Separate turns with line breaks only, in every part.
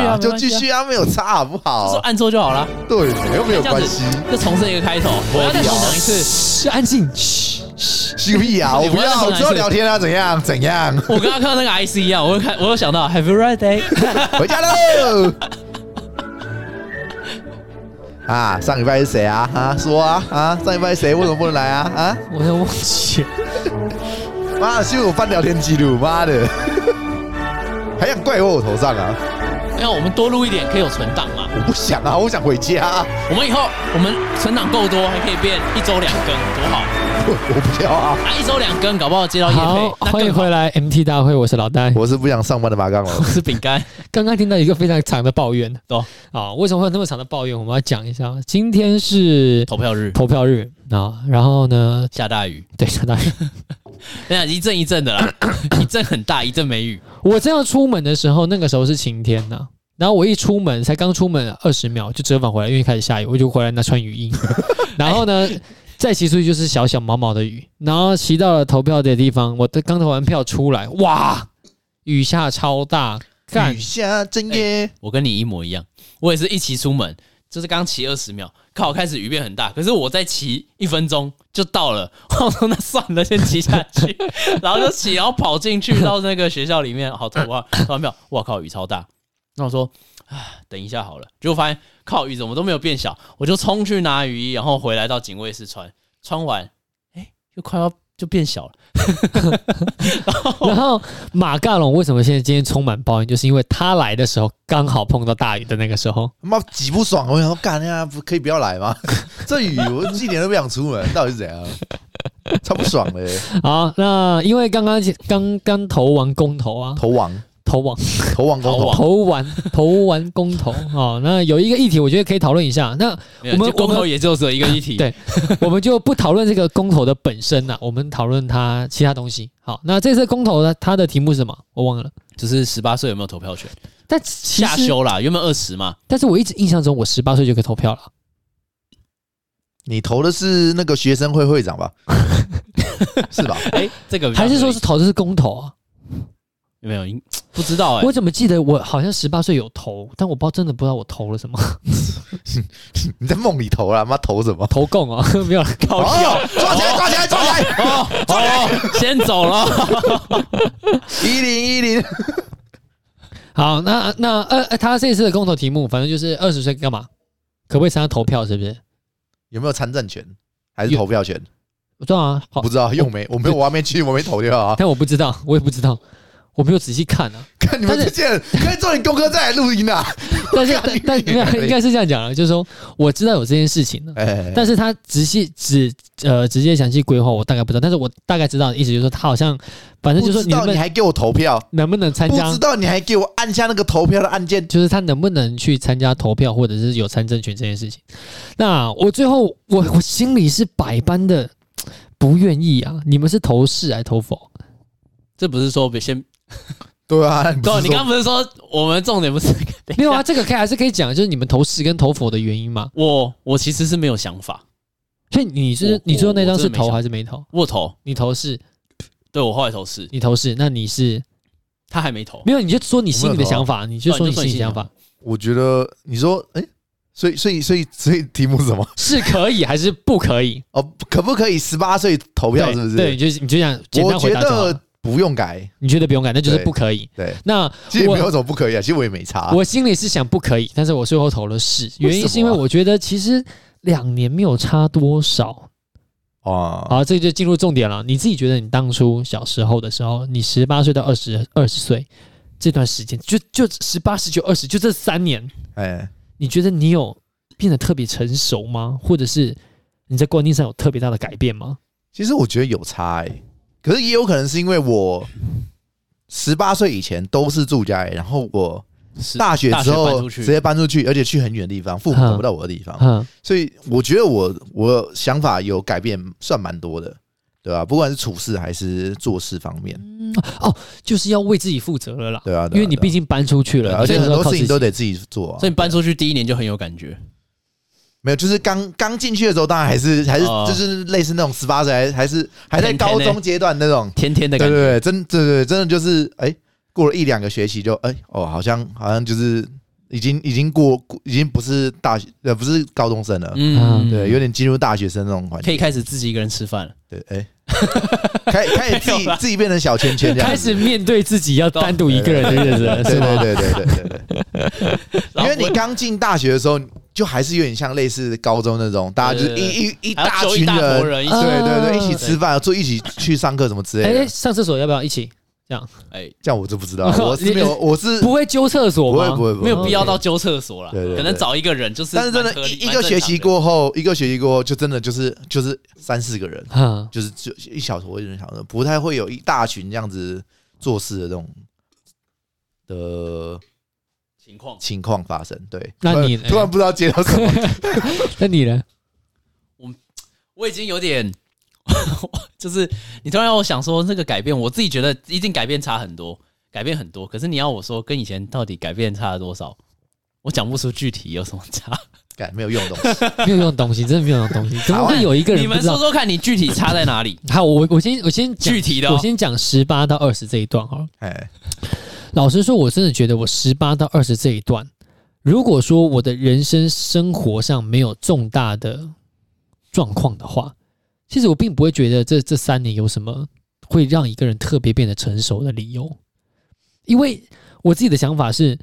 啊
啊，
没
就
关系
继
啊
续啊，没有差好不
就
好？
按错就好了，
对，又没有
这样
关
子
系，
就重申一个开头，我要再重讲一次。
嘘安静，嘘嘘，
是个 屁啊！
你
我
不
不
要再
要，
说
我
哪
只要
次
聊天啊，怎样 怎样，
我刚刚看到那个 IC 一啊样，我又看，我又想到 Have a right day，
回家喽。啊，上礼拜是谁啊？啊，说啊啊，上礼拜是谁？为什么不能来啊？啊，
我都忘记了。
妈的，是因为我翻聊天记录，妈的， 还想怪我我头上啊？
那我们多录一点可以有存档嘛？
我不想啊，我想回家、啊，
我们以后我们存档够多，还可以变一周两更，多好！
我我不要啊，
啊，一周两更，搞不好接到业
好
配，，那
欢迎
更好
回。来 MT 大会，我是老戴。
我是不想上班的马刚
我
龙。
是饼干，
刚刚听到一个非常长的抱怨
哦
啊，为什么会有那么长的抱怨？我们要讲一下，今天是
投票日
投票日啊，然后呢，
下大雨，
对，相当于
等一下一阵一阵的 啦，一阵很大，一阵没雨。
我这样出门的时候，那个时候是晴天呐、然后我一出门，才刚出门二十秒就折返回来，因为开始下雨，我就回来那穿雨衣。然后呢，再骑出去就是小小毛毛的雨。然后骑到了投票的地方，我的刚投完票出来，哇，雨下超大，干
雨下真耶，
我跟你一模一样，我也是一骑出门，就是刚骑二十秒，靠，开始雨变很大，可是我再骑一分钟就到了， 我说那算了，先骑下去， 然后就骑，然后跑进去到那个学校里面，好投啊，投完票，哇靠，雨超大，那我说。啊，等一下好了，结果发现靠雨怎么都没有变小，我就冲去拿雨衣，然后回来到警卫室穿，穿完，哎、又快要就变小了，
然后马嘎龙为什么现在今天充满抱怨，就是因为他来的时候刚好碰到大雨的那个时候。
妈挤不爽，我想说干呀，不可以不要来 吗？这雨我一点都不想出门，到底是怎样？超不爽的、
好，那因为刚刚刚刚投完公投啊，
投王，
投完
投王公
投
投
王，
投完投完公投哦，那有一个议题，我觉得可以讨论一下。那
没有
我们
就公
我
投
们
也就只有一个议题，
对我们就不讨论这个公投的本身啦，我们讨论它其他东西。好，那这次公投呢，它的题目是什么？我忘了。
就是十八岁有没有投票权。
但其
下
实，
修啦，原本二十嘛，
但是我一直印象中，我十八岁就可以投票了。
你投的是那个学生会会长 吧？是吧？
哎、这个比较
还是说
合理
是投的是公投啊？
没有应不知道哎、
我怎么记得我好像十八岁有投，但我不知道真的不知道我投了什么，
你在梦里投啊啦，妈投什么？
投共哦， 没有啦
搞
哦，抓起来，抓起来，抓起来！
哦哦，先走了。
一零一零，
好，那那呃，呃他这次的公投题目，反正就是二十岁干嘛，可不可以参加投票？是不是？
有没有参战权？还是投票权？
我知道啊，好
不，知道，又没，我没有，我还没去，我没投票啊。
但我不知道，我也不知道，我没有仔细看 啊。
看你们
但
这
是
些人，可以做点功课再来录音啊。
但是
干你
但
娘
但
嘞
应该是这样讲啊了，就是说我知道有这件事情了，啊
哎，
但是他直系只呃直接详细规划，我大概不知道，但是我大概知道，意思就是说他好像反正
不
就是说
知
你能
道
不
你
能
还给我投票，
能不能参
不
加
知，道你还给我按下那个投票的按键。
就是他能不能去参加投票或者是有参政权这件事情。那我最后我我心里是百般的不愿意啊，你们是投是还是 投否？
这不是说别先，
对啊，你不
对，你
是
刚不
说
是说我们重点不是等一下
没有啊，？这个可以还是可以讲，就是你们投是跟投否的原因嘛。
我我其实是没有想法，
所以你是
我
你最后那张
我
是
真的没
投
想
还是没投？
我投，
你投是，
对我后来投是，
你投是，那你是
他还没投，
没有，你就说你心里的想法，你就说你
对
心
你哦就说你心里
里想法
我觉得你说，哎，所以所以所以所以题目是什 么？
是可以还是不可以？
哦，可不可以十八岁投票？
对
是不是？
对，你就你就这样简
我
单
觉
回答就好了
得。不用改。
你觉得不用改，那就是
对
不可以。
对，
那
其实也没有
我
什么不可以啊，其实我也没差。
我心里是想不可以，但是我最后投了是，
为
原因
什
是因为
么啊
我觉得其实两年没有差多少。
哦，
好，这就进入重点了。你自己觉得你当初小时候的时候，你十八岁到二十二十岁这段时间，就就十八、十九、二十，就这三年，
哎，
你觉得你有变得特别成熟吗？或者是你在观念上有特别大的改变吗？
其实我觉得有差哎、可是也有可能是因为我十八岁以前都是住家里，然后我
是
大学之
搬
后
出去
直接搬出去，而且去很远的地方，父母
嗯
找不到我的地方，
嗯，
所以我觉得我我想法有改变，算蛮多的，对吧、不管是处事还是做事方面，
就是要为自己负责了啦，
对啊，对啊
因为你
对啊
毕竟搬出去
对
了，
啊而且
你
很
就是要
多
靠
事情
自己
都得自己做、啊，
所以你搬出去第一年就很有感觉，
没有，就是刚刚进去的时候，当然还是还是
哦
就是类似那种十八岁，还还是还在
甜甜
高
的
中阶段那种，
天天的
对
感
对
觉，
对，真对对，真的就是哎、过了一两个学期就哎、哦，好像好像就是已经已经过，过已经不是大学呃不是高中生了，
嗯，
嗯
对，有点进入大学生那种环
可
境。
以开始自己一个人吃饭了。
对，哎、 开开始自
没有啦
己自己变成小圈圈这样子，
开始面对自己要单独一个人的日子
对
了，
啊
是
对
吗？
对对对对对，
然
因
后
为你刚进大学的时候，就还是有点像类似高中那种，大家就是
对对
一一一
还要
大
揪
群
一大坨
人，
人一起
啊，
对对对，一起
对
吃饭，坐一起去上课什么之类
哎，
的。
上厕所要不要一起？
哎，
这样我就不知 道，我是没有，我是
不会揪厕所吗？
不会哦不会不会
没有必要
OK
到揪厕所了，
对对对
可能找一个人就是
但
蛮
是
合
真
理，
的，一一
蛮
个
正常
学
的，
期过后，一个学期过后，就真的就是就是三四个人，
哈。
就是就一小坨一人小的，不太会有一大群这样子做事的这种的
情况
情况发生。对，
那你 哎
突然突然不知道接到什么，
那你呢？
我已经有点， 就是你突然让我想说这个改变，我自己觉得一定改变差很多，改变很多。可是你要我说跟以前到底改变差了多少，我讲不出具体有什么 差。
干没有用的东西。
没有用东西，真的没有用东西，
啊
怎么会有一个
你
人不
们
知
说
道？
说看，你具体差在哪里？
好，我我先我先讲
具体的哦、
我先讲十八到二十这一段好了。
哎，
老实说，我真的觉得我十八到二十这一段，如果说我的人生生活上没有重大的状况的话，其实我并不会觉得这这三年有什么会让一个人特别变得成熟的理由，因为我自己的想法是。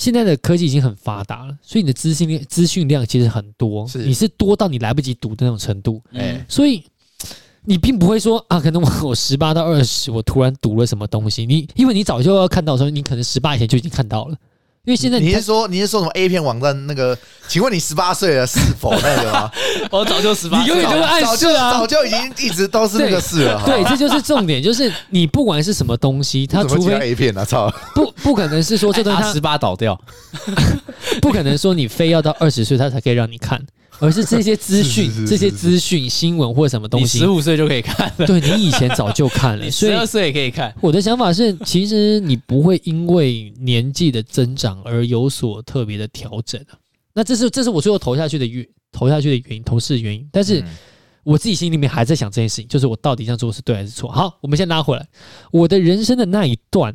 现在的科技已经很发达了，所以你的资讯量资讯量其实很多，
是
你是多到你来不及读的那种程度。
嗯
哎，
所以你并不会说啊，可能我我 十八到二十，我突然读了什么东西，你因为你早就要看到的时候，你可能十八以前就已经看到了，因为现在
你
你
是
看
说你是说什么 A 片网站那个？请问你十八岁了是否那个 吗？
我早就十八，
你永远都会暗
早
示
就
啊
早。就已经一直都是那个事了。好吧
对，这就是重点，就是你不管是什么东西，它
怎么
除
叫
非
A 片啊？操！
不不可能是说这东西
哎十八倒掉，
它不可能说你非要到二十岁它才可以让你看，而是这些资讯
是 是、是
这些
是
资讯、新闻或什么东
你
西
十，五岁就可以看了，
对你以前早就 看
你
了，所以
十二岁也可以看。
我的想法是，其实你不会因为年纪的增长而有所特别的调整啊那这是这是我最后投下去的原投下去的原因，投是原因。但是
嗯
我自己心里面还在想这件事情，就是我到底这样做是对还是错。好，我们先拉回来，我的人生的那一段，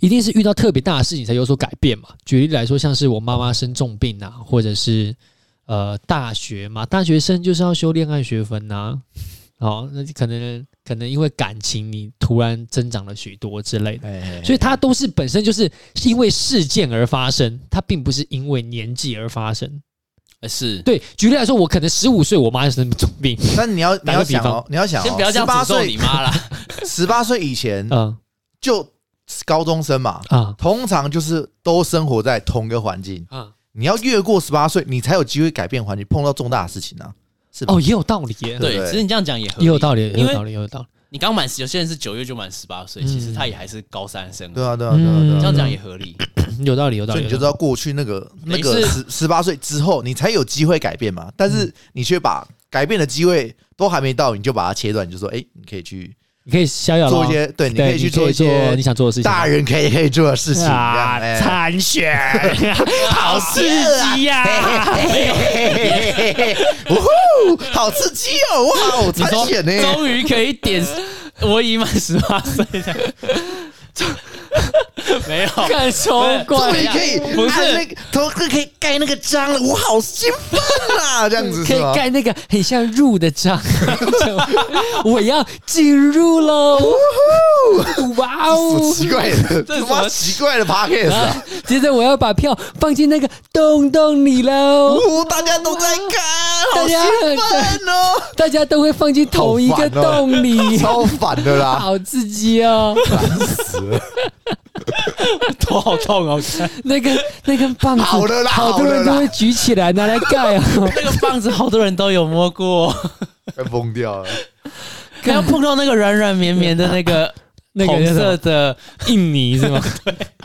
一定是遇到特别大的事情才有所改变嘛。举例来说，像是我妈妈生重病啊，或者是呃大学嘛，大学生就是要修恋爱学分呐、哦，那可能可能因为感情，你突然增长了许多之类的。
哎
所以它都是本身就是是因为事件而发生，它并不是因为年纪而发生。
呃是，
对，举例来说，我可能十五岁，我妈生重病，
但你要你
打
要
个比
想哦，你要想
先不要这
哦，十
样
八
诅咒你
岁
妈啦。
十八岁以前
嗯
就高中生嘛，
啊
通常就是都生活在同一个环境。
啊，
你要越过十八岁，你才有机会改变环境，碰到重大的事情啊，是吧？
哦，也有道理耶，
对，
对
其实你这样讲也合理
也有道理，也
因
有
为
道理，也有道理。
你刚满十，有些人是九月就满十八岁，
嗯
其实他也还是高三生，
对啊，对啊，对啊，对啊。
这样
对啊
讲也合理。
有道理，有道
所以
理。
你就知道过去那个
等
那
于
个
是
十十八岁之后，你才有机会改变嘛。但
嗯
是你却把改变的机会都还没到，你就把它切断，你就说：“哎，你可以去
你可以逍遥了哦
做一，些，对，你可
对，
以
你
去
可
做一些
你想做的事情。
大人可以可以做的事情。”这样
啊，
哎，
残 血，
嗯啊
好刺激呀！
啊嘿嘿嘿嘿哎呜呼，好刺激哦！哇， 我参选呢，
终于可以点我已满十八岁 的，没有，
看超
怪
终
对
于
呀
可以
不是
按那个头哥可以盖那个章了，我好兴奋啊！这样子
可
是吗
以？盖那个很像入的章， 就我要进入喽！哇
什么
哦！
奇怪的，
这是
这
什么
么奇怪的 podcast 啊！
接着我要把票放进那个洞洞里喽，
呜，哦大家都在看，好兴
大家
奋哦，
大家都会放进同一个洞里，
超烦的啦，
好刺激哦！
烦死了！
头好痛哦！看
那个那根棒子，
好的啦
好多人都
好的
会举起来拿来盖 哦。
那个棒子，好多人都有摸过，
快疯掉了，
刚要碰到那个软软绵绵的那个
那个
红
叫什
色
么
的，
印 尼是吗？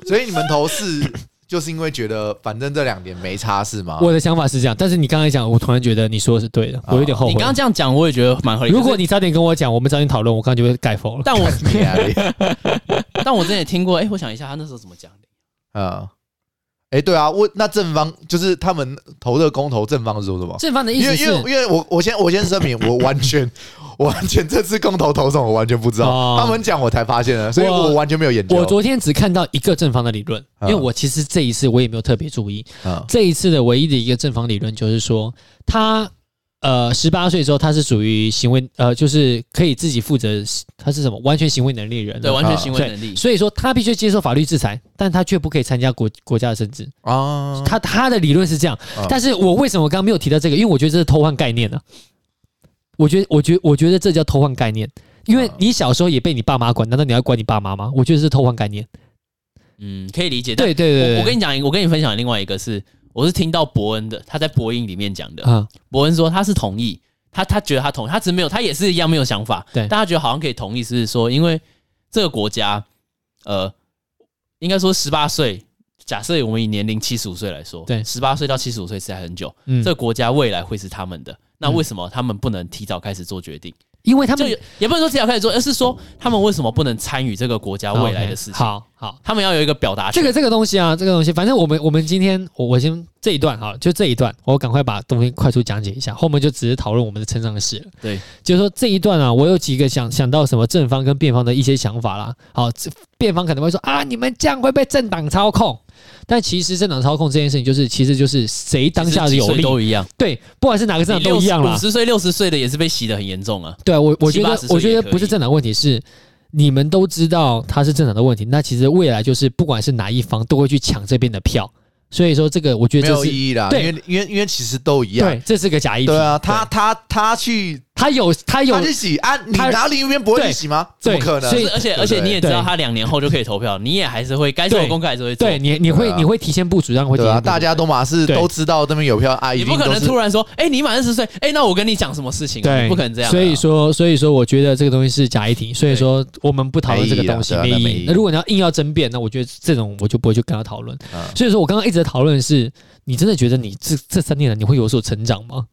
所以你们投四就是因为觉得反正这两年没差是吗？
我的想法是这样，但是你刚才讲，我突然觉得你说的是对的，我有点后悔。
你刚刚这样讲，我也觉得蛮合理。
如果
可是，
你早点跟我讲，我们早点讨论，我刚刚就会盖否了。
但 我
你啊你
但我之前也听过，哎，我想一下，他那时候怎么讲的？
啊，哎、对啊，我那正方就是他们投这个公投，正方是说什么？
正方的意
因
思
为因为
是
因为我我先我先声明，我完全 我完全这次公投投什么我完全不知道，
哦
他们讲我才发现的，所以
我
我完全没有研究。
我昨天只看到一个正方的理论，
嗯
因为我其实这一次我也没有特别注意。
嗯
这一次的唯一的一个正方理论就是说，他呃十八岁之后他是属于行为呃就是可以自己负责，他是什么完全行为能力人啊
对，完全行为
对
能力，
所以说他必须接受法律制裁，但他却不可以参加国国家的政治。
啊，
他他的理论是这样
嗯，
但是我为什么刚刚没有提到这个？因为我觉得这是偷换概念呢、啊。我觉得，我觉得，我觉得这叫偷换概念，因为
嗯
你小时候也被你爸妈管，难道你要管你爸妈吗？我觉得是偷换概念。
嗯，可以理解。但
对对对对，
我我跟
你
你讲一个，我跟你分享另外一个是，我是听到伯恩的，他在播音里面讲的。
啊，
伯恩说他是同意，他他觉得他同意，他只是没有，他也是一样没有想法。
对
但他觉得好像可以同意，是说因为这个国家，呃，应该说十八岁，假设我们以年龄七十五岁来说，
对
十八岁到七十五岁是还很久，
嗯
这个国家未来会是他们的。那为什么他们不能提早开始做决定？
因为他
就
们
有也不能说提早开始做，而是说他们为什么不能参与这个国家未来的事情？
好好，
他们要有一个表达
这
权。
个这个东西啊，这个东西，反正我们我们今天我我先这一段哈，就这一段，我赶快把东西快速讲解一下，后面就只是讨论我们的成长史了。
对，
就是说这一段啊，我有几个想想到什么正方跟辩方的一些想法啦。好，这辩方可能会说啊，你们这样会被政党操控，但其实政党操控这件事情，就是其实就是谁当下的有
其实几岁
利，
都一样，
对，不管是哪个政党都一样啦
五。十岁、六十岁的也是被洗的很严重啊。
对我，我
七
觉
八
得
十岁
我觉
也
得
可以
不是政党问题，是你们都知道它是政党的问题，那其实未来就是不管是哪一方都会去抢这边的票，所以说这个我觉
没
得这
有
是
意义啦，因
对
为因为因为其实都一样。
对，这是个假议题。
对啊，他他他去
他有他有
他去洗啊，你
他
哪里一边不会
对
去洗吗？怎
对
么可能？
所以
而且
对
而且你也知道，
对
他两年后就可以投票，你也还是会该做
对
的功课还是会做。
对你你会
对啊
你会提前部署，让会提
对
前
啊，
部署
大家都嘛是
对
都知道这边有票啊，
你
一
不
定
可
都
能
是
突然说，哎、你满二十岁，哎、那我跟你讲什么事情、啊？
对，
你不可能这样、啊。
所以说，所以说，我觉得这个东西是假议题，所以说我们不讨论这个东西
没
没
意义啦对啊
意
那没
义
意义。
那如果你要硬要争辩，那我觉得这种我就不会去跟他讨论。
嗯
所以说我刚刚一直在讨论的是，你真的觉得你这这三年来你会有所成长吗？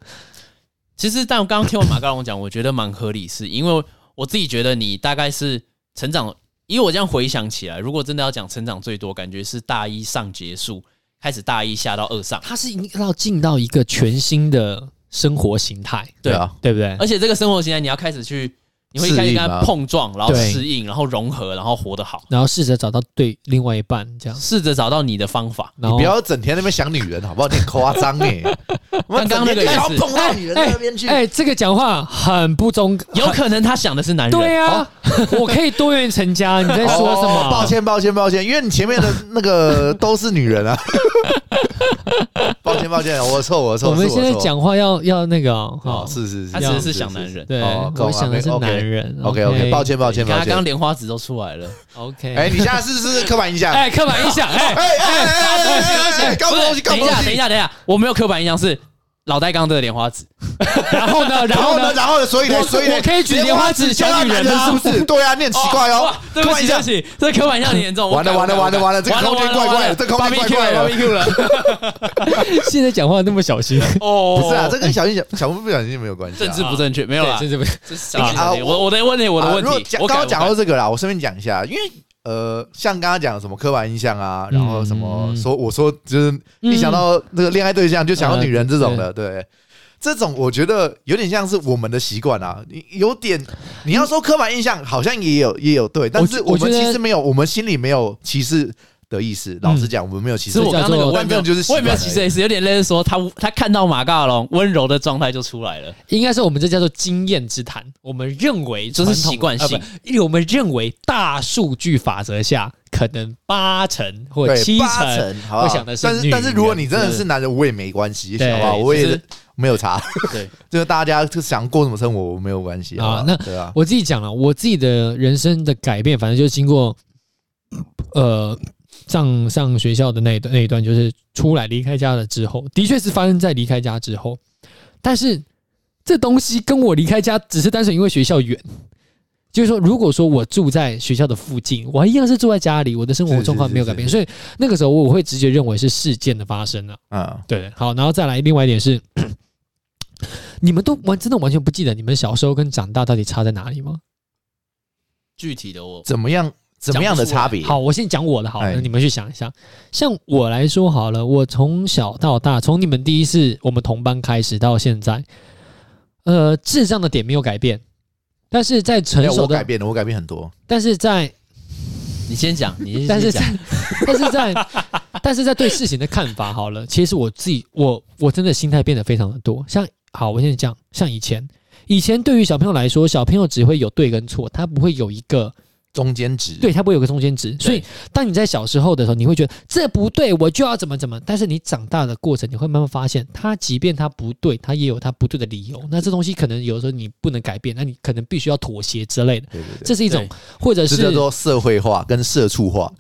其实，但我刚刚听完马高龙讲，我觉得蛮合理，是因为我自己觉得你大概是成长，因为我这样回想起来，如果真的要讲成长最多，感觉是大一上结束，开始大一下到二上，
他是一定要进到一个全新的生活形态，
对啊，
对不对？
而且这个生活形态你要开始去，你会一开始
适应
跟
啊
他碰撞，然后
对
适应，然后融合，然后活得好，
然后试着找到对另外一半这样，
试着找到你的方法。
然
你
后
不要整天那边想女人好不好？你很夸张 哎，
刚刚那个也是
我们整天就要碰到女人在那边去，
哎，这个讲话很不中，
有可能他想的是男人，
对啊， 我可以多元成家，你在哎说什
哦
么？
抱歉，抱歉，抱歉，因为你前面的那 个都是女人啊。 抱歉，抱歉，我错，我错。
我们
是
现在
错
讲话要要那个哦，
哦
好，
是是是，
他其实
是
是想男人。
对，
哦够
我
了
想的是
没，OK
男人。哎
OK OK，抱歉，抱歉，
你看
抱
他刚刚
歉。
莲花指都出来了，
，OK。
哎，你现在是不是刻板印象？哎
哎，刻板印 象，
哎
哎，
哎哎哎哎，高
不
不
是
东西，高
等
不
一
东
下，等一
西。
下，等一下，我没有刻板印象是老戴刚刚的莲花指，
然后呢，然
然后
后
呢？
呢，
然后呢？所以呢？
我
所以呢
我可以举莲花指
教
教
到
女
男
人
人
啊
是不是？ 对啊，你很奇怪
哦
哦
哇。对
刻
不起，
板印
对
象
不，起，这刻板印象很严重，
完了
我改
完了
我改
完了完了这个
完了
空间
完了
怪怪的
完了
这个空间怪
BBQ
怪的
了，BBQ 了，
现在讲话那么小心，
哦，
不是啊，这跟小心小小不小心没有关系啊。
政治不正确没有啦
对，，这是不是
这是想法
啊
我我我的问题，我
啊
的问
如果
题，
讲
我
刚
改
刚讲到
我改
这个啦，我顺便讲一下，因为呃，像刚刚讲什么刻板印象啊，然后什么
嗯
说我说就是
嗯
一想到那个恋爱对象就想到女人这种的，对。这种我觉得有点像是我们的习惯啊，你有点你要说刻板印象，好像也有也有对，但是
我
我
觉
们
得
其实没有，我们心里没有歧视的意思。老实讲，我们没有歧
是
视。
我刚刚那个我也没
这叫做
有
但这种就是习
我
惯
也没有歧视意思，有点类似说他他看到马嘎龙温柔的状态就出来了，
应该是我们这叫做经验之谈。我们认为
就是习惯性
传统呃不我们认为大数据法则下，可能八成或
对
七
八
成，
成，好不
我
好
想的？是
但是
女
但是如果你真的
人
是男人，我也没关系，
对
好不好？我也
就是
没有差。
对，
就是大家就想过什么生活，我没有关系
啊
好吧
那
对啊，
我自己讲了，我自己的人生的改变，反正就是经过，呃，上上学校的那一段那一段，就是出来离开家了之后，的确是发生在离开家之后，但是这东西跟我离开家只是单纯因为学校远。就是说，如果说我住在学校的附近，我还一样是住在家里，我的生活
是
状况
是
没有
是
改变，所以那个时候我会直接认为是事件的发生了、
嗯，
对，好，然后再来另外一点是， 你们都完真的完全不记得你们小时候跟长大到底差在哪里吗？
具体的我
怎么样？怎么样的差别？
好，我先讲我的好了，
哎
你们去想一下。像我来说好了，我从小到大，从你们第一次我们同班开始到现在，呃，智障的点没有改变，但是在
没
成
有，
熟
哎我改
的，
变了，我改变很多。
但是在
你先讲，你
但
先
是
讲
在。但是在 但是在对事情的看法好了，其实我自己我我真的心态变得非常的多。像好，我现在讲，像以前以前对于小朋友来说，小朋友只会有对跟错，他不会有一个
中间值，
对，它不会有个中间值。所以，当你在小时候的时候，你会觉得这不对，我就要怎么怎么。但是你长大的过程，你会慢慢发现，它即便它不对，它也有它不对的理由。那这东西可能有时候你不能改变，那你可能必须要妥协之类的。
对对对，
这是一种
对，
或者
这
是
叫做社会化跟社畜化。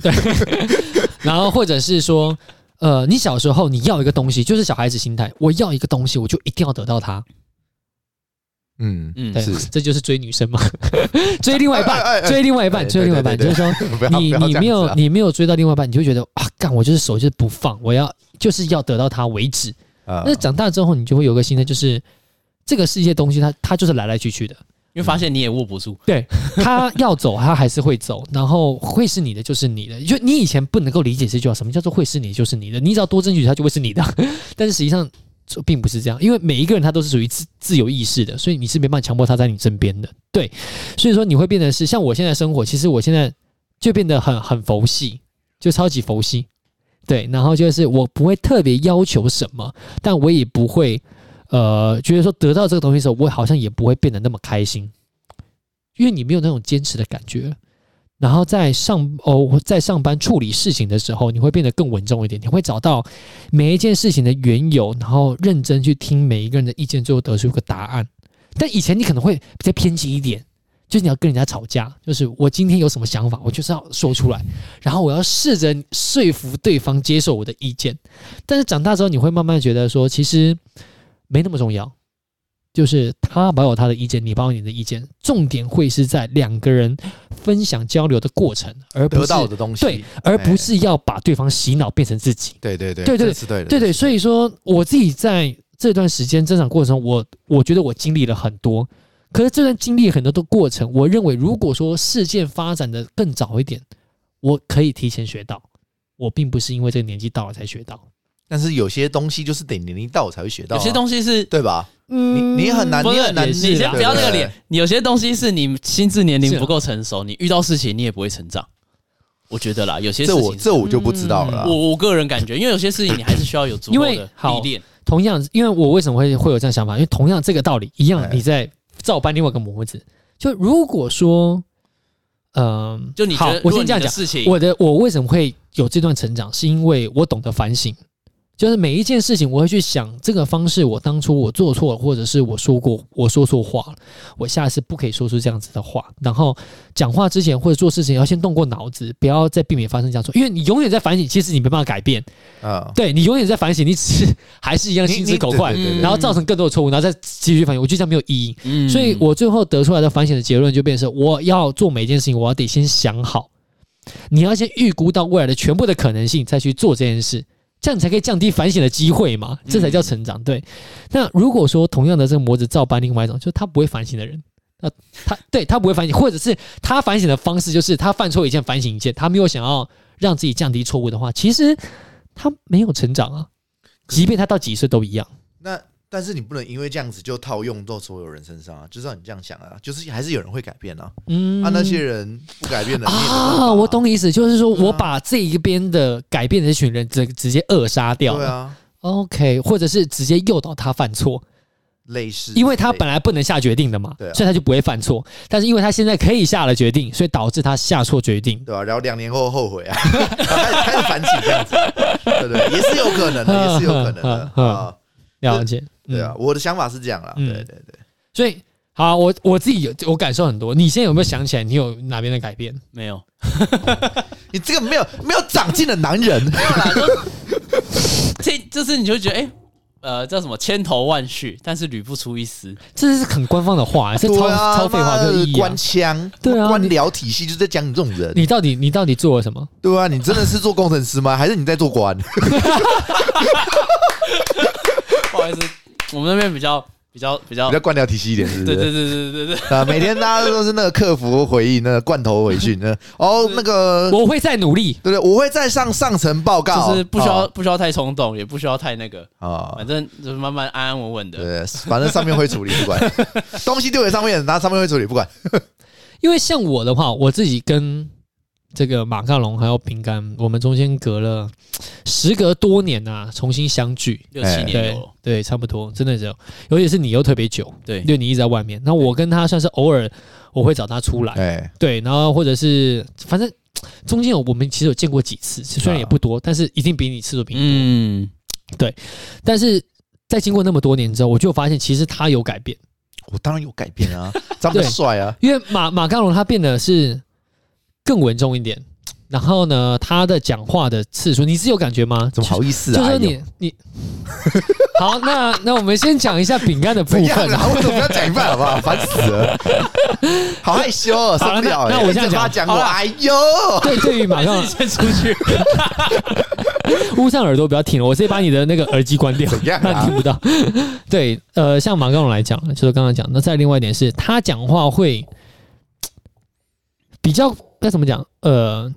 然后或者是说，呃，你小时候你要一个东西，就是小孩子心态，我要一个东西，我就一定要得到它。
嗯，
嗯
对，
是
这就是追女生嘛， 追另外 一
哎哎
半，
哎
追另外一半，
哎
追另外一半，
对对
就是说
不要
你
不要
你
这
没
样子
有
啊
你没有追到另外一半，你就会觉得啊，干我就是手就是不放，我要就是要得到他为止。
啊
那长大之后，你就会有个心态，就是这个世界东西它，它就是来来去去的，
因为发现你也握不住，
它要走它还是会走，然后会是你的就是你的，就你以前不能够理解这句话，什么叫做会是你就是你的，你只要多争取，它就会是你的。 但是实际上这并不是这样，因为每一个人他都是属于自自由意识的，所以你是没办法强迫他在你身边的。对，所以说你会变得是像我现在生活，其实我现在就变得很很佛系，就超级佛系。对，然后就是我不会特别要求什么，但我也不会呃觉得说得到这个东西的时候，我好像也不会变得那么开心，因为你没有那种坚持的感觉。然后在上哦，在上班处理事情的时候，你会变得更稳重一点，你会找到每一件事情的缘由，然后认真去听每一个人的意见，最后得出一个答案。但以前你可能会比较偏激一点，就是你要跟人家吵架，就是我今天有什么想法，我就是要说出来，然后我要试着说服对方接受我的意见。但是长大之后，你会慢慢觉得说，其实没那么重要，就是他保有他的意见，你保有你的意见，重点会是在两个人分享交流的过程，而不
得
是
到的东西，
对，而不
哎
是要把对方洗脑变成自己。
对对对
对对
这是对的，
对对，所以说我自己在这段时间增长过程中，我我觉得我经历了很多。可是这段经历很多的过程，我认为如果说事件发展的更早一点，我可以提前学到。我并不是因为这个年纪到了才学到，
但是有些东西就是得年龄到才会学到
有
啊，
些东西是
对吧？
嗯
你很难
不
你
是
很难
啊你
解释
先
啦
不要那个
对
脸，你有些东西是你心智年
是
龄
啊
不够成熟，你遇到事情你也不会成长。我觉得啦，有些事
这我
情是
这我就不知道了
嗯
啦。
我我个人感觉，因为有些事情你还是需要有足够
啊因为
的
好
历练。
同样，因为我为什么会会有这样想法？因为同样这个道理一样
哎，
你在照搬另外一个模子。就如果说，嗯、
就你觉
好
得，，如
我
果
先
你
这样
的
讲，
事情，
我的我为什么会有这段成长，是因为我懂得反省，就是每一件事情我会去想这个方式，我当初我做错了，或者是我说过我说错话了，我下次不可以说出这样子的话。然后讲话之前或者做事情要先动过脑子，不要再避免发生这样错，因为你永远在反省，其实你没办法改变，
嗯，
对你永远在反省，你只是还是一样
你
心直
你
口
对
快
对，对对
然后造成更多的错误，然后再继续反省，我觉得这样没有意义。
嗯
所以我最后得出来的反省的结论就变成是：我要做每一件事情，我要得先想好，你要先预估到未来的全部的可能性，再去做这件事，这样你才可以降低反省的机会嘛，这才叫成长。对。那如果说同样的这个模子照搬另外一种，就是他不会反省的人。那他对他不会反省，或者是他反省的方式就是他犯错一件反省一件，他没有想要让自己降低错误的话，其实他没有成长啊，即便他到几岁都一样。
那但是你不能因为这样子就套用到所有人身上啊，就让你这样想啊，就是还是有人会改变啊。
嗯，
啊，那些人不改变的你也没办法
啊，我懂你意思，就是说
对啊
我把这一边的改变的这群人直直接扼杀掉
对
了、
啊，
o k 或者是直接诱导他犯错，
类似，
因为他本来不能下决定的嘛，
对啊
所以他就不会犯错。但是因为他现在可以下了决定，所以导致他下错决定。
对吧、啊然后两年后后悔啊， 开始开始反省这样子，对对，也是有可能
嗯
的，也是有可能的啊。
了解，
对啊
嗯，，
我的想法是这样啦，
嗯
对对对，
所以好，啊我我自己有我感受很多。你现在有没有想起来你有哪边的改变？
没有，
你这个没有没有长进的男人，
这就是你就会觉得，哎、呃，叫什么千头万绪，但是捋不出一丝。
这是很官方的话，是超、
对啊，
超废话
妈
这
的
个意义、啊
官。腔，
对啊
官
你
僚体系就在讲你这种人，
你到底你到底做了什么？
对啊，你真的是做工程师吗？还是你在做官？
不好意思，我们那边比较比比较比较
比较官僚体系一点，是不是？
对对对对对对，
啊，每天大家都是那个客服回应，那个罐头回讯，那哦，那个
我会再努力。
对对，我会再上上层报告，
就是不需要不需要太冲动，也不需要太那个，
啊，
反正就是慢慢安安稳稳的。
对，反正上面会处理，不管 东西丢给上面，然后上面会处理，不管。
因为像我的话，我自己跟这个马卡龙还有饼干，我们中间隔了时隔多年呐、重新相聚。
六七年
对
有了，
对，差不多，真的只有，尤其是你又特别久，
对
因为你一直在外面。那我跟他算是偶尔我会找他出来，
哎，
对，然后或者是反正中间有我们其实有见过几次，虽然也不多，但是一定比你次数比你多。
啊嗯，
但是在经过那么多年之后，我就发现其实他有改变，
我当然有改变啊，长得
对
帅啊，
因为马马卡龙他变得是更稳重一点，然后呢，他的讲话的次数，你是有感觉吗？
怎么好意思
就
啊？
是
哎呦
你你 好，那那我们先讲一下饼干的部
怎
分
样。啊？我怎么要讲一半好不好？烦死了，好害羞哦，受不了
好
哎。
那那我这样
一直把他
讲
讲我，
好啦
哎呦，
对，对于马卡龙
还是你先出去，
捂上耳朵不要听了，我直接把你的那个耳机关掉，
怎样
那
啊
听？不到。 对，呃，像马刚龙来讲，就是刚刚讲，那再另外一点是他讲话会比较该怎么讲？呃，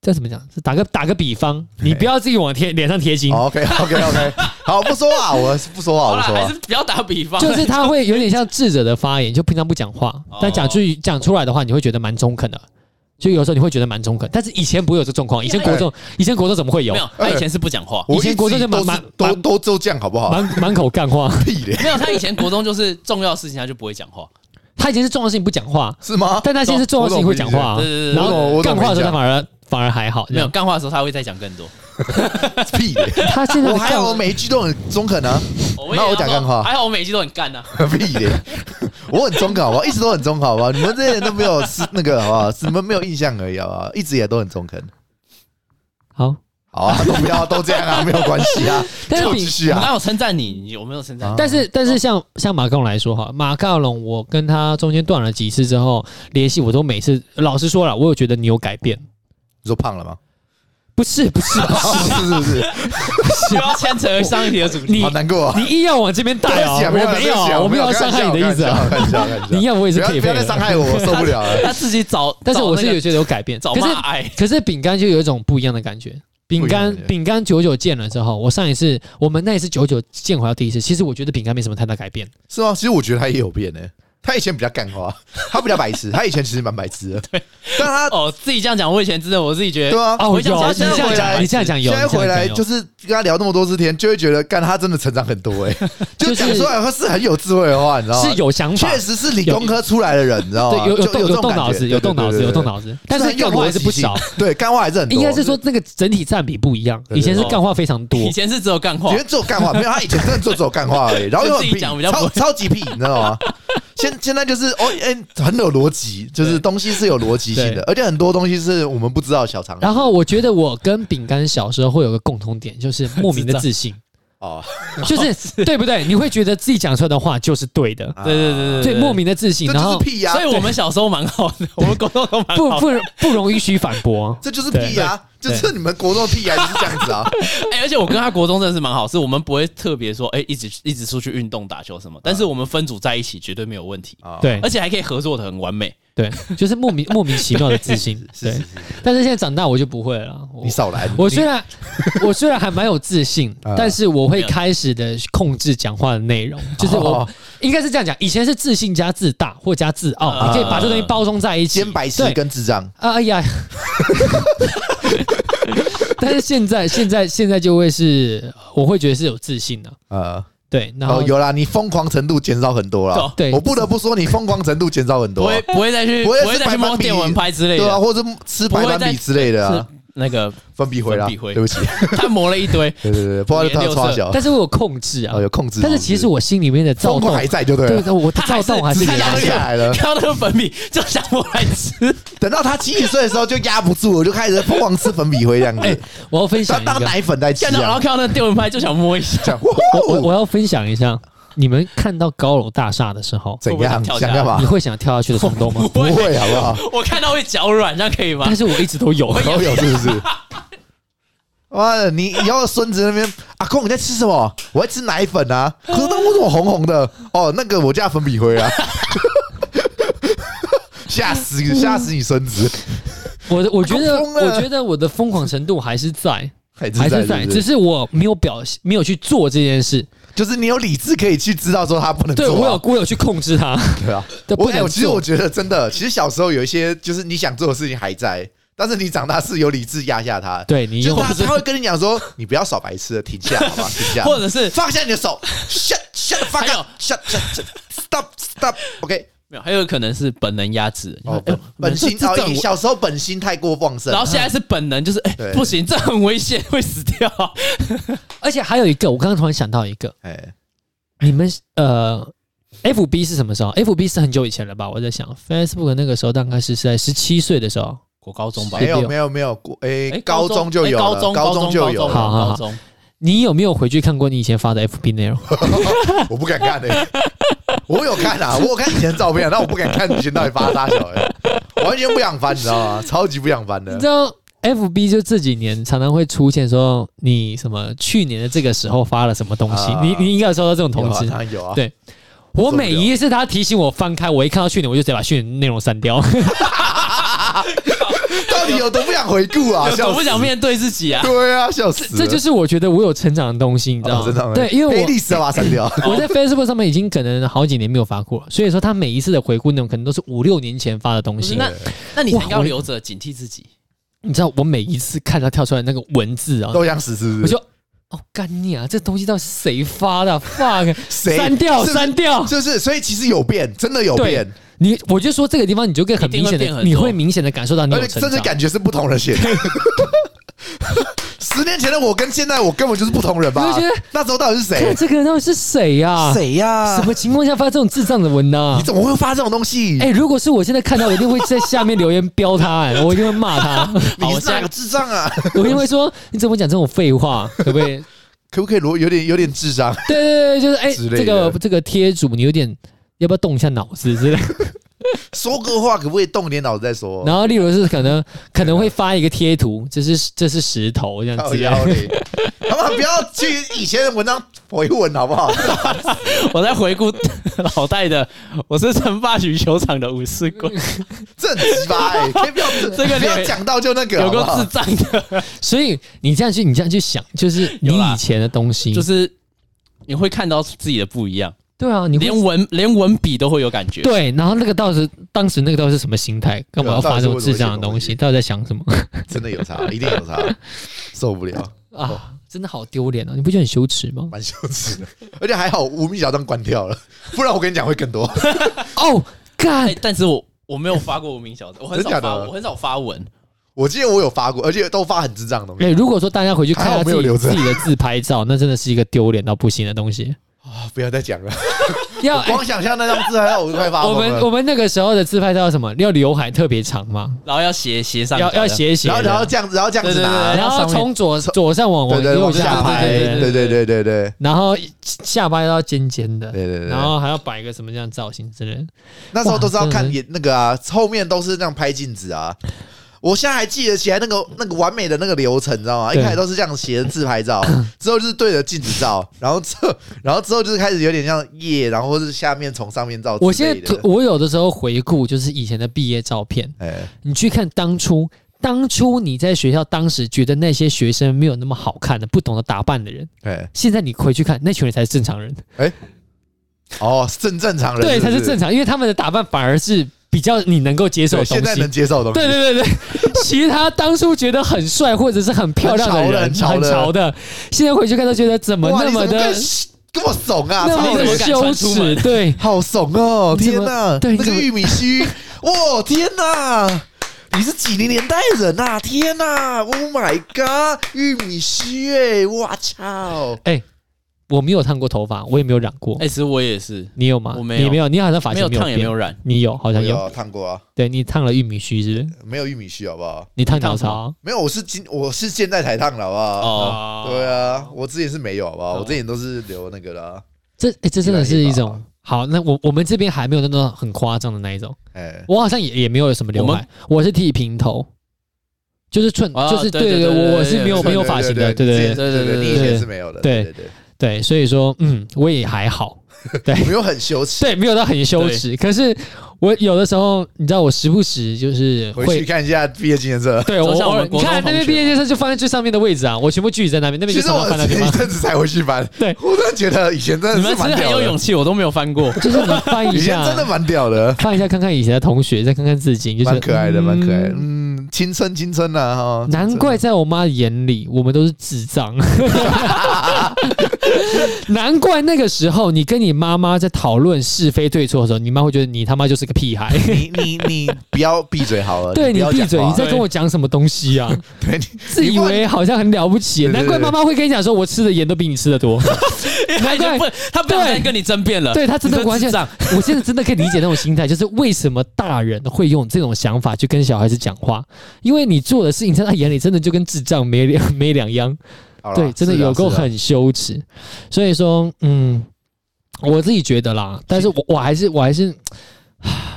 这怎么讲？是打个打个比方，你不要自己往贴脸上贴金，
哦
OK OK OK，好，不说话，我不说话，
好
我
了，
不说啊
还
话
是。不要打比方，
就是他会有点像智者的发言，就平常不讲话
哦，
但讲句讲出来的话，你会觉得蛮中肯的。就有时候你会觉得蛮中肯，但是以前不会有这状况，以前国中，以前国中怎么会 有
没？有，他以前是不讲话，
我
以前国中就
一直都
蛮
是
蛮
都
蛮
都都这样好不好？
满满口干话，
屁嘞，
没有，他以前国中就是重要的事情他就不会讲话，
他以前是重要的事情不讲话，
是吗？
但他现在是重要的事情会讲话啊，
对对对对
然
我懂
后
我懂
干话的时
你讲
候他反而反而还好，这
没有
样
干话的时候他会再讲更多。
屁 嘞，
他现在
我
的
还
干
有我每一句都很中肯啊，
也
那我
要
讲
说
干话
还好我每一集都很干呐。
屁嘞，我很中肯好不好？一直都很中肯好不好？你们这些人都没有是那个好不好？是你们没有印象而已好不好？一直也都很中肯。
好，
好啊，都不要都这样啊，没有关系啊，
但是
就继
比
续
我
啊。
哪有称赞你？你有没有称赞
啊？
但是但是像像马克龙来说哈，马克龙我跟他中间断了几次之后联系，我都每次老实说了，我有觉得你有改变，
你说胖了吗？
不是不是，
是是是，
不要牵扯上一题的主题。
你
好难过啊。
你硬要往这边带
对
哦
不起，啊，
我
没
没有
啊对不起啊
啊，我没有要
开
伤
玩
害
笑
你的意思啊，
开玩笑，开玩笑，开玩笑
你要我
不
也是
要
可以
不要
配
再伤
合，
害我，我受不了了。
他自己找，
但是我
找那
是
个
有觉得有改变，
找
可是
骂癌，
可是饼干就有一种不一样的感觉。饼
不一样的
干
感觉
饼干久久见了之后，我上一次我们那一次久久见回到第一次，其实我觉得饼干没什么太大改变。
是吗？其实我觉得他也有变呢、他以前比较干花， 他比较白痴，他以前其实蛮白痴的。 对，但他
哦，自己这样讲，我以前真的我自己觉
对
得，
啊，
哦，有
回
你
想
这
起来
样
现在回
讲，
来
你这样讲有。
现在回来就是是跟他聊那么多次天，就会觉得干他真的成长很多 哎、就
就是
讲出来他是很有智慧的话，你知道吗？
是有想法，
哦确实是理工科出来的人，你知道
对
吗？，
有有
就
动
这
有
种
动
感
脑
觉
子，有动脑子，有动。脑子，但是干话还是不少，，
对对对对对对干话还是很多。
应该是说那个整体占比不一样。
对对
以前是
对
干话非常 多
以，前是只有干话
以，前只有干话，没有他以前真的就只有干话而已，然后又
哦就
很
自
屁，
己讲比较不
超
会
超级屁，你知道吗？现现在就是哦，哎、很有逻辑，就是
对
东西是有逻辑性的
对，
而且很多东西是我们不知道的小常识。
然后我觉得我跟饼干小时候会有个共同点，就是莫名的自 信，
哦，
就是对不对？你会觉得自己讲出来的话就是对的，
啊
对对对
对，莫。名的自信，
这
然
就是
后
屁呀、
所以我们小时候蛮好的，我们高中都蛮
不
好的。
不不容易许反
。
驳
这就是屁呀、
对
就是你们国中的屁呀、就是这样子啊。
哎，而且我跟他国中真的是蛮好，是我们不会特别说，哎，一直一直出去运动打球什么，但
嗯
是我们分组在一起绝对没有问题，
哦，
对
而且还可以合作的很完美。
对，就是莫名莫名其妙的自信。
是
对
是是，
但是现在长大我就不会了。我
你少来。
我
你
虽然我虽然还蛮有自信
啊，
但是我会开始的控制讲话的内容，就是我
哦
应该是这样讲，以前是自信加自大或加自傲，
啊
你可以把这东西包装在一起。
先白痴
对
跟智障，
啊哎呀， 但是现在现在现在就会是，我会觉得是有自信的、
呃，
对，然后、
哦，有啦，你疯狂程度减少很多啦。
对
我不得不说，你疯狂程度减少很
不
多啊
会。不会再去不
不会
会
是
再去
百
摸
分比
电蚊拍之类
对啊，
的，
或者是吃白板笔之类的
是
啊，
那个
分笔灰啦，
粉笔灰
对不起，
他磨了一 堆，
对对对，不知道他刷小，
但是我有控制啊
哦，有控制，
但是其实我心里面的躁
疯狂
动
还在就对啊
对
了，
对，我的
他还
躁
是
动还是
只
只
是
看到那
压不
有
个
下来了。
看到那个粉笔就想摸来 吃。
等到他七十岁的时候就压不住了，就开始疯狂吃粉笔灰这样子，
我要分享
他
一
当
个，
奶粉在吃
看到然后
啊。
看到那个电蚊拍就想摸一下，
这样
哦
我
呼
我要分享一下，你们看到高楼大厦的时候，
怎
会
样
不会想跳下
想
来
干嘛
你？会想跳下去的冲 动吗？
不会好不好？
我看到会脚软，这样可以吗
但？是我一直都有，
都有是不是？妈的，你以后孙子那边阿公你在吃什么？我在吃奶粉啊。可是那为什么红红的？哦，那个我家粉笔灰啊。吓死吓死你孙子，
我的我觉得
好疯啊
我觉得我的疯狂程度还是在，
还
还是
是
在，
在，
只
就是
我没有表现，没有去做这件事。
就是你有理智可以去知道说他不能
对
做啊、
我有我有去控制 它，
对啊，
对
我
不能
哎其实
做
我觉得真的，其实小时候有一些就是你想做的事情还在，但是你长大是有理智压下它。
对你
就
用
他他会跟你讲说，你不要耍白痴了，停下，好吧，停 下，
或者是
放下你的手，shut shut the
还
fuck
有
up，shut shut shut- stop stop，OK，、
没有，还有可能是本能压制。
哦，
哎呦
本
这
心
这
哦
这，很
你小时候本心太过旺盛
然，后现在是本能，就是哎、
对
不行，这很危险，会死掉。
而且还有一个，我刚刚突然想到一个，
哎，
你们呃，FB 是什么时候？FB 是很久以前了吧？我在想，Facebook 那个时候大概是在十七岁的时候。
国高中吧
没，有
16
没有没有，过哎
哎，
高中就有
哎
了，
高中
高中就有
高中
了，
好好好
高中
你有没有回去看过你以前发的 FB 内容？
啊我不敢看的、我有看啊，我有看以前的照片、啊，但我不敢看以前到底发的大小、欸，我完全不想翻，你知道吗？超级不想翻的
你知。道 FB 就这几年常常会出现说你什么去年的这个时候发了什么东西，
啊
你你应该有收到这种
有
通
啊，
知。
当然有啊
对。我
受不了
每一次他提醒我翻开，我一看到去年我就直接把去年内容 删掉。
到底有多不想回顾啊？笑
我
死
不想。面对自己啊。
对啊，笑死
这
了。
这就是我觉得我有成长的东西，你知道
哦真的
吗
吗？
对，因为
黑
我
历史要把它删掉。
我在 Facebook 上面已经可能好几年没有发过了，所以说他每一次的回顾内容可能都是五六年前发的东
不是
西。
那那你
哇
应该要
我
留着警惕自己。
你知道我每一次看他跳出来那个文字啊，
都想死是不是？
我就哦干你啊，这东西到底是谁发的啊？fuck，
谁
删
是
掉
不是
删掉。
就是，所以其实有变，真的有
对
变，
你我就说这个地方你就可以很明显
一定会变
的，
很多
你会明显的感受到你
而
有
且
成
甚
长
至。感觉是不同人写的。 十年前的我跟现在我根本就是不同人吧
我就觉得？
那时候到底是
看
谁？
这个人到底是谁呀？
谁呀
什？么情况下发这种智障的文呢
你？怎么会发这种东西？
哎，如果是我现在看到，我一定会在下面留言标他，哎，我一定会骂他，
好
你
我
是哪
下
个智障啊？
我一定会说你怎么讲这种废话，可不可以？
可不可以罗有点有点智商？
对对对，就是哎，
之类的
这个这个贴主你有点。要不要动一下脑子之类的？
说个话可不可以动点脑子再说？
然后，例如是可能可能会发一个 贴图，这是这是石头这样
靠
子。
腰嘞，好不好？不要去以前的文章回文，好不好？
我在回顾脑袋的，我是称霸羽球场的武士棍，
嗯这很鸡巴哎，可以不要
这个
不要
脸
讲到就那个，
有
好
个
不
智
好？
障的，
所以你这样去，你这样去想，就是你
有啦
以前的东西，
就是你会看到自己的不一样，
对啊，你会
连文连文笔都会有感觉。
对，然后那个到时当时那个到底是什么心态？
啊
干嘛要发这种智障的东西？
对
到底在想什么
真的有差，一定有差，受不了，
啊？真的好丢脸啊！你不觉得很羞耻吗？
哦蛮羞耻的。而且还好无名小站关掉了，不然我跟你讲会更多。
哦，干
哎，，但是我我没有发过无名小站，我很
真
少
假的
发，我很少发文。
我记得我有发过，而且都发很智障的东
哎，
西
如果说大家回去看
还好
他
没
自
有留
己
着
自己的自拍照，那真的是一个丢脸到不行的 东西。
啊！不要再讲了，
要哎
光想象那张自拍照我都快发
我
疯
们
了。
我们那个时候的自拍照是什么？要刘海特别长嘛，
然后要斜斜上角
要
的，
要斜斜
然后
的，
然后这样子，然后这样子拿，
然后从左左上往
对
往
对，
右
往
下
下
拍，
拍，对
对
对对对对。
然后下巴要尖尖的，
对对对
然后还要摆一个什么这样造型之类的。
那时候都是要
哇真
看
的
也那个啊，后面都是那样拍镜子啊。我现在还记得起来那个那个完美的那个流程，你知道吗？
对
一开始都是这样斜着自拍 照，之后就是对着镜子照，然后之后然后之后就是开始有点像夜，然后或是下面从上面照之
我
类
现
的。
在我有的时候回顾，就是以前的毕业照片，
哎，
你去看当初，当初你在学校当时觉得那些学生没有那么好看的、不懂得打扮的人，
哎，
现在你回去看，那群人才是正常人，
哦，正正常人
对，才
是
是正常，因为他们的打扮反而是比较你能够接受
对
的东
现在能
西。
接受的东
对
西。
对对对， 其他当初觉得很帅或者是很漂亮的人，
很潮的
很
很潮的
潮的，现在回去看都觉得怎么
哇，
那
你怎
么
么
的
跟，跟我怂啊？
那
操
么
你怎
的
么
你
敢穿
羞
出门
耻，对。
好怂哦！
你怎
天
么
哪，
对你
那个
怎么
玉米 须，哇，天哪！你是几零年代人啊？天哪！Oh my god！玉米须哎，我操！
我没有烫过头发，我也没有染过。
哎，其实我也是，
你有吗？
我没有
你没有，你好像发
啊没
型
有烫也
变
没有染，
你有，好
我
像有。
有烫过啊，
对你烫了玉米须是不是？
没有玉米须好不好？
你烫鸟
烫什
巢
么
没有，我是今我是现在才烫的好不好？
哦，
对啊，我之前是没有好不好？
哦
我之前都是留那个啊啦。
这诶这真的是一种
吧
好。那我我们这边还没有那种 很夸张的那一种，
哎，
我好像也也没有什么刘
我
海
们，
我是剃平头，就是寸，
啊
就是
对
对
对对
我我
对
是
对
没有
对
没有发型的，对对
对
对
对
对对，
对
你以前是没有的，
对
对对，
对，所以说嗯，我也还好，
对没有很羞耻。
对，没有到很羞耻，可是我有的时候你知道，我时不时就是
回去
会。
看一下毕业纪念册。
对，我
走向
偶
我
尔
们
你
国中
看那边
同学
毕业建设就放在最上面的位置啊，我全部聚集在那边，那
啊
边
其
就
实
上
我
到翻到地
前一
方，
阵子才回去翻，
对
我真的觉得以前真
你
的
们
是
真
蛮
的很
屌
有
的
勇，气，我都没有翻 过。
就是你 翻一
以前
下，
真的蛮屌的，
看一下看看以前的同学，再看看自己，就是
蛮可爱的，蛮可爱的。
嗯
嗯，青春青春啊呐，哈，
难怪在我妈眼里，我们都是智障。 难怪那个时候，你跟你妈妈在讨论是非对错的时候，你妈会觉得你他妈就是个屁孩。
你你你不要闭嘴好了，
对
不
你
要
闭
讲
嘴，
话
你在跟我讲什么东西啊？
对你
自以为好像很了不起，
对对对
难怪妈妈会跟你讲说，我吃的盐都比你吃 的多。
他已经不，他不想再跟你争辩了。
对他真的完全
你都智障，
我现在真的可以理解那种心态，就是为什么大人会用这种想法去跟小孩子讲话，因为你做的事情在他眼里真的就跟智障没两没两样。
好啦
对，真的
是啊
有够
是啊
很羞耻。所以说，嗯，我自己觉得啦，但是我我还是我还是，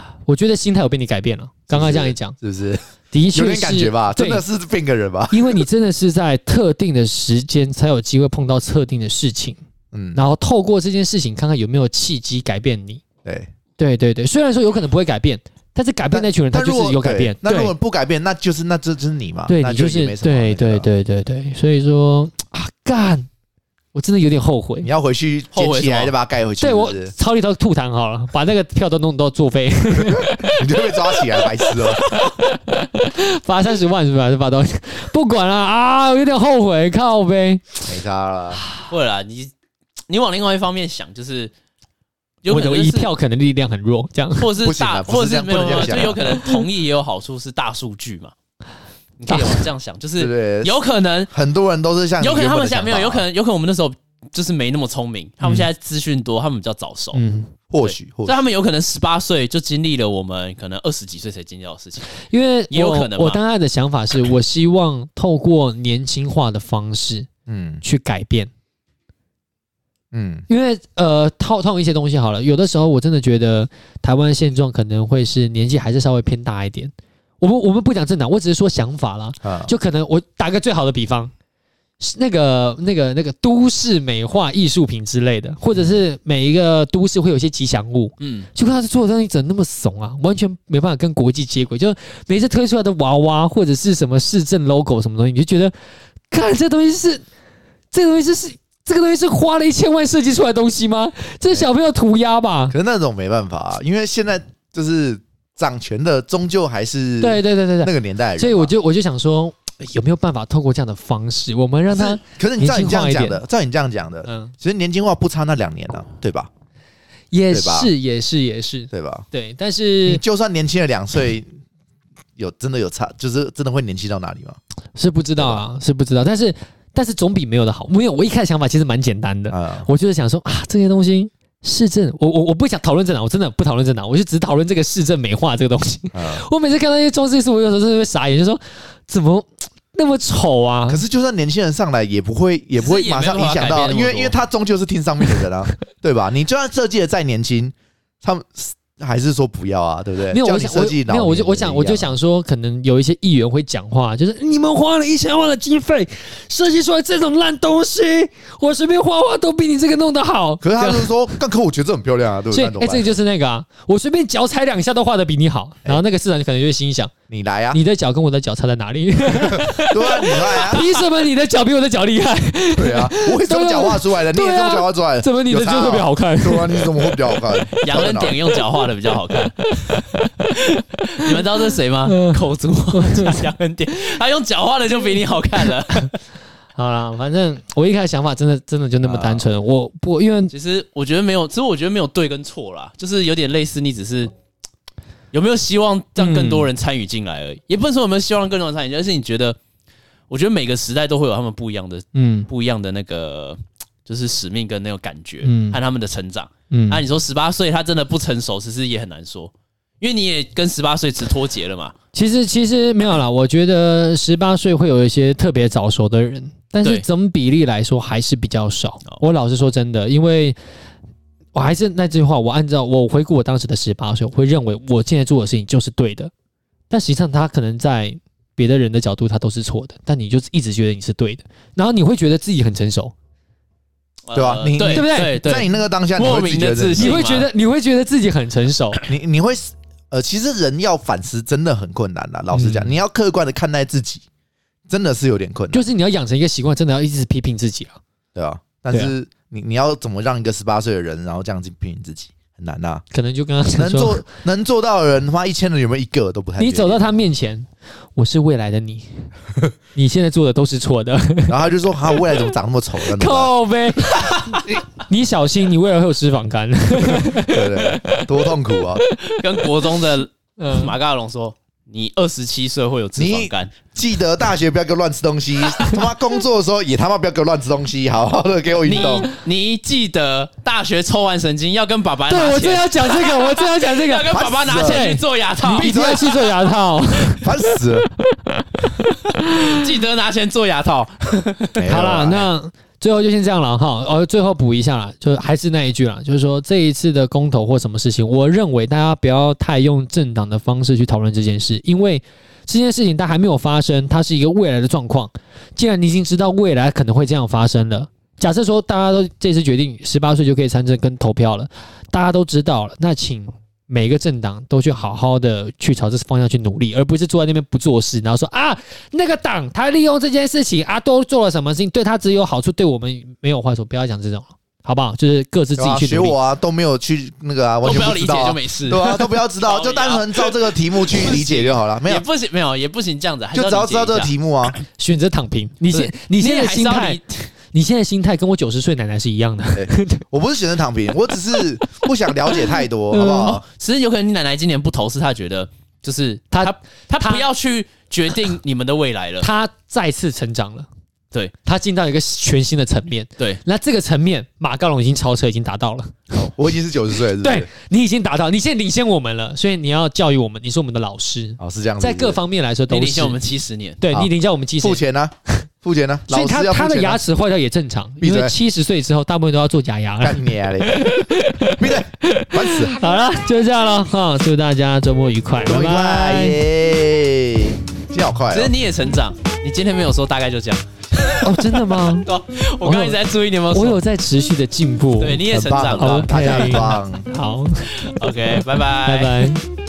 我觉得心态有被你改变了。刚刚这样一讲，
是不是
的确
有点
是
感觉吧？
对
真的是变个人 吧？
因为你真的是在特定的时间才有机会碰到特定的事情，
嗯，
然后透过这件事情看看有没有契机改变你。
对。
对对对，虽然说有可能不会改变，但是改变那群人他
但如
就
果
是有改
对
变。
那如果
对
不改变，那就是那这就是你嘛，
对
那
你就
就是也没什么
对
那个
对
了，
对对对，所以说啊干，我真的有点后悔
你。要回去捡
后悔
起
什
来
么
再把它盖回去，
对
是不
我
是
超里头吐痰好了，把那个票都弄到作废，
你就被抓起来，白痴哦。
罚三十万是吧？是罚到不管了啊，我有点后悔，靠呗。
没差了，
会啦，你你往另外一方面想，就是有
我
可能
的
就
一
是，
票可能力量很弱，这样
或者
不
是
行啊
大，
不是
或
这
者是
样
没有
不
没
能
有，
这
就
样想啊
有可能同意也有好处是大数据嘛，你可以往这样想，就
对
是
不对？
有可能，
很多人都是像你
有可能他们现在没有，
原
有
本
可
的想法啊，
能有可能我们那时候就是没那么聪明，他们
嗯
现在资讯多，他们比较早熟。
嗯，
或许
所
或
以
许
他们有可能十八岁就经历了我们可能二十几岁才经历到的事情，
因为
也有
我
可能嘛
我当下的想法是我希望透过年轻化的方式
嗯
去改变，
嗯，
因为呃，套套用一些东西好了，有的时候我真的觉得台湾现状可能会是年纪还是稍微偏大一点。我们我们不讲政党，我只是说想法啦。
啊
就可能我打个最好的比方，是那个那个那个都市美化艺术品之类的，或者是每一个都市会有一些吉祥物。
嗯，
就看他做的东西怎么那么怂啊，完全没办法跟国际接轨。就每次推出来的娃娃或者是什么市政 logo 什么东西，你就觉得，看这东西是，这个东西是这个东西是花了一千万设计出来的东西吗？这是小朋友涂鸦吧？
可是那种没办法啊，因为现在就是掌权的终究还是
对对对对对，
那个年代的人嘛，
所以我就我就想说，有没有办法透过这样的方式，我们让他
可是你照你这样
年轻化一
讲
点
的，照你这样讲的，
嗯，
其实年轻化不差那两年啊，对吧？
也
对吧
是也是也是，
对吧？
对，但
你
是
就算年轻了两岁，有真的有差，就是真的会年轻到哪里吗？
是不知道啊，是不知道，但是但是总比没有的好。没有，我一开始想法其实蛮简单的，
啊，
我就是想说啊，这些东西市政，我我我不想讨论政党，我真的不讨论政党，我就只讨论这个市政美化这个东西。
啊
我每次看到那些装饰艺术，我有时候真的会傻眼，就说怎么那么丑啊
可？是就算年轻人上来，也不会也不会马上影
可是也
响到，
没办法改变那么多
因为因为他终究是听上面的人啊， 对吧？你就算设计的再年轻，他们还是说不要啊，对不对？
没有，
叫
我
你
想
设计
我
老
没
年
有，我就
也
我
一
想
样啊
我就想说，可能有一些议员会讲话，就是你们花了一千万的经费设计出来这种烂东西，我随便画画都比你这个弄得好。
可是他
这
就
样
是说，但可我觉得这很漂亮啊，对不
所
对？
以
那，怎
哎，
么
这
办？
个就是那个啊，我随便脚踩两下都画的比你好，然后那个市长就可能就会心想，
你来啊，
你的脚跟我的脚差在哪里？
对啊，你来啊，
凭什么你的脚比我的脚厉害？
对啊，我也是这么讲话出来的，你也
对
是这
啊
么讲话出 来的，
怎么你的
有
就
差哦
特别好看？
对啊，你怎么会比较好看？
洋人点用脚画的比较好看。 你们知道这是谁 吗？
嗯
口族画家洋人点，他用脚画的就比你好看了。
好啦，反正我一开始想法真的真的就那么单纯，我不因为
其实我觉得没有，其实我觉得没有对跟错啦，就是有点类似，你只
嗯
是有没有希望让更多人参与进来而已，也不能说有没有希望让更多人参与，而是你觉得，我觉得每个时代都会有他们不一样的、
嗯
不一样的那个。就是使命跟那种感觉，
嗯
和他们的成长。啊
嗯
那、你说十八岁他真的不成熟，其实也很难说，因为你也跟十八岁只脱节了嘛。
其实其实没有啦，我觉得十八岁会有一些特别早熟的人，但是
对
总比例来说还是比较少
哦。
我老实说真的，因为我还是那句话，我按照我回顾我当时的十八岁，我会认为我现在做的事情就是对的，但实际上他可能在别的人的角度他都是错的，但你就一直觉得你是对的，然后你会觉得自己很成熟，
呃
对吧你
对
对不对
对
在你那个当下，你
莫
会自
名
己
的
觉
自
得
信
你
吗
会觉得你会觉得自己很成熟，
你你会呃，其实人要反思真的很困难啦。啊老实讲，
嗯
你要客观的看待自己，真的是有点困难，
就是你要养成一个习惯，真的要一直批评自己啊。
对吧？但是你你要怎么让一个十八岁的人，然后这样去批评自己，很难呐。
可能就跟他讲
能
说
做，能做到的人，他妈一千人有没有一个都不太。
你走到，他面前，我是未来的你，你现在做的都是错的，
然后他就说：“他未来怎么长那么丑？”这样怎么办
靠呗。你小心，你未来会有脂肪肝。
对对对，多痛苦啊！
跟国中的
嗯，
马嘎龙说，你二十七岁会有脂肪肝，
记得大学不要给我乱吃东 西，他妈工作的时候也他妈不要给我乱吃东西，好好的给我
你
运动。
你记得大学抽完神经要跟爸爸
对
拿
我正
钱，
要讲这个，我正要讲这
要
个，
跟爸爸拿
烦死
了
钱去做牙套，
你一定要去做牙套。
烦死了。
记得拿钱做牙套。
没有啊
好啦，那最后就先这样了哈。哦，最后补一下啦，就是还是那一句啦，就是说这一次的公投或什么事情，我认为大家不要太用政党的方式去讨论这件事，因为这件事情它还没有发生，它是一个未来的状况。既然你已经知道未来可能会这样发生了。假设说大家都这次决定十八岁就可以参政跟投票了，大家都知道了，那请每个政党都去好好的去朝这方向去努力，而不是坐在那边不做事，然后说啊那个党他利用这件事情啊，都做了什么事情，对他只有好处，对我们没有坏处，不要讲这种了，好不好？就是各自自
对啊
己去
学
努力。
我啊，都没有去那个啊，
都
完
不
全
要理
知
解
道、
就
啊。
没事，哦
对啊，都不要 知道，就单纯照这个题目去理解就好了。没
也
有，
不行，没有也不行这样子，还是
就只要知道这个
理解一下，
题目啊。
选择躺平。你现你
你
现在
也
的
还是啊
心
要
态
理，
你现在的心态跟我九十岁奶奶是一样的。
我不是选择躺平，我只 是不想了解太多，
嗯
好不
哦
好？，
其实有可能你奶奶今年不投，是她觉得就是
她
她她
她
不要去决定你们的未来了。
她再次成长了，
对
她进到一个全新的层面。
对，
那这个层面，马高龙已经超车，已经达到了。
我已经是九十岁了，是不
对
是？
你已经达到，你现在领先我们了，所以你要教育我们，你是我们的老师，
哦，是这样子。
在各方面来说
你
都
领
是
先我。们七十年，
对
好
你领先我们基础
付。钱呢，付钱呢，
所以
老
他
师要
他
付
的
钱
牙
啊。
齿坏掉也正常，
闭
因
嘴
为七十岁之后大部分都要做假牙了。
干你啊 嘞！闭嘴，烦死了！
好了，就这样了哈，祝大家周末愉快，
多愉
拜
快
拜。
耶！今天好快
其实
哦，
你也成长。你今天没有说，大概就这样。
哦，真 的吗？
啊
哦我刚刚一直在注意你有没有
我
说，
有在持续的进步。
对，你也
很
成
棒，
长了。
很棒，
OK
大家很棒。
好，
OK，拜拜，
拜拜。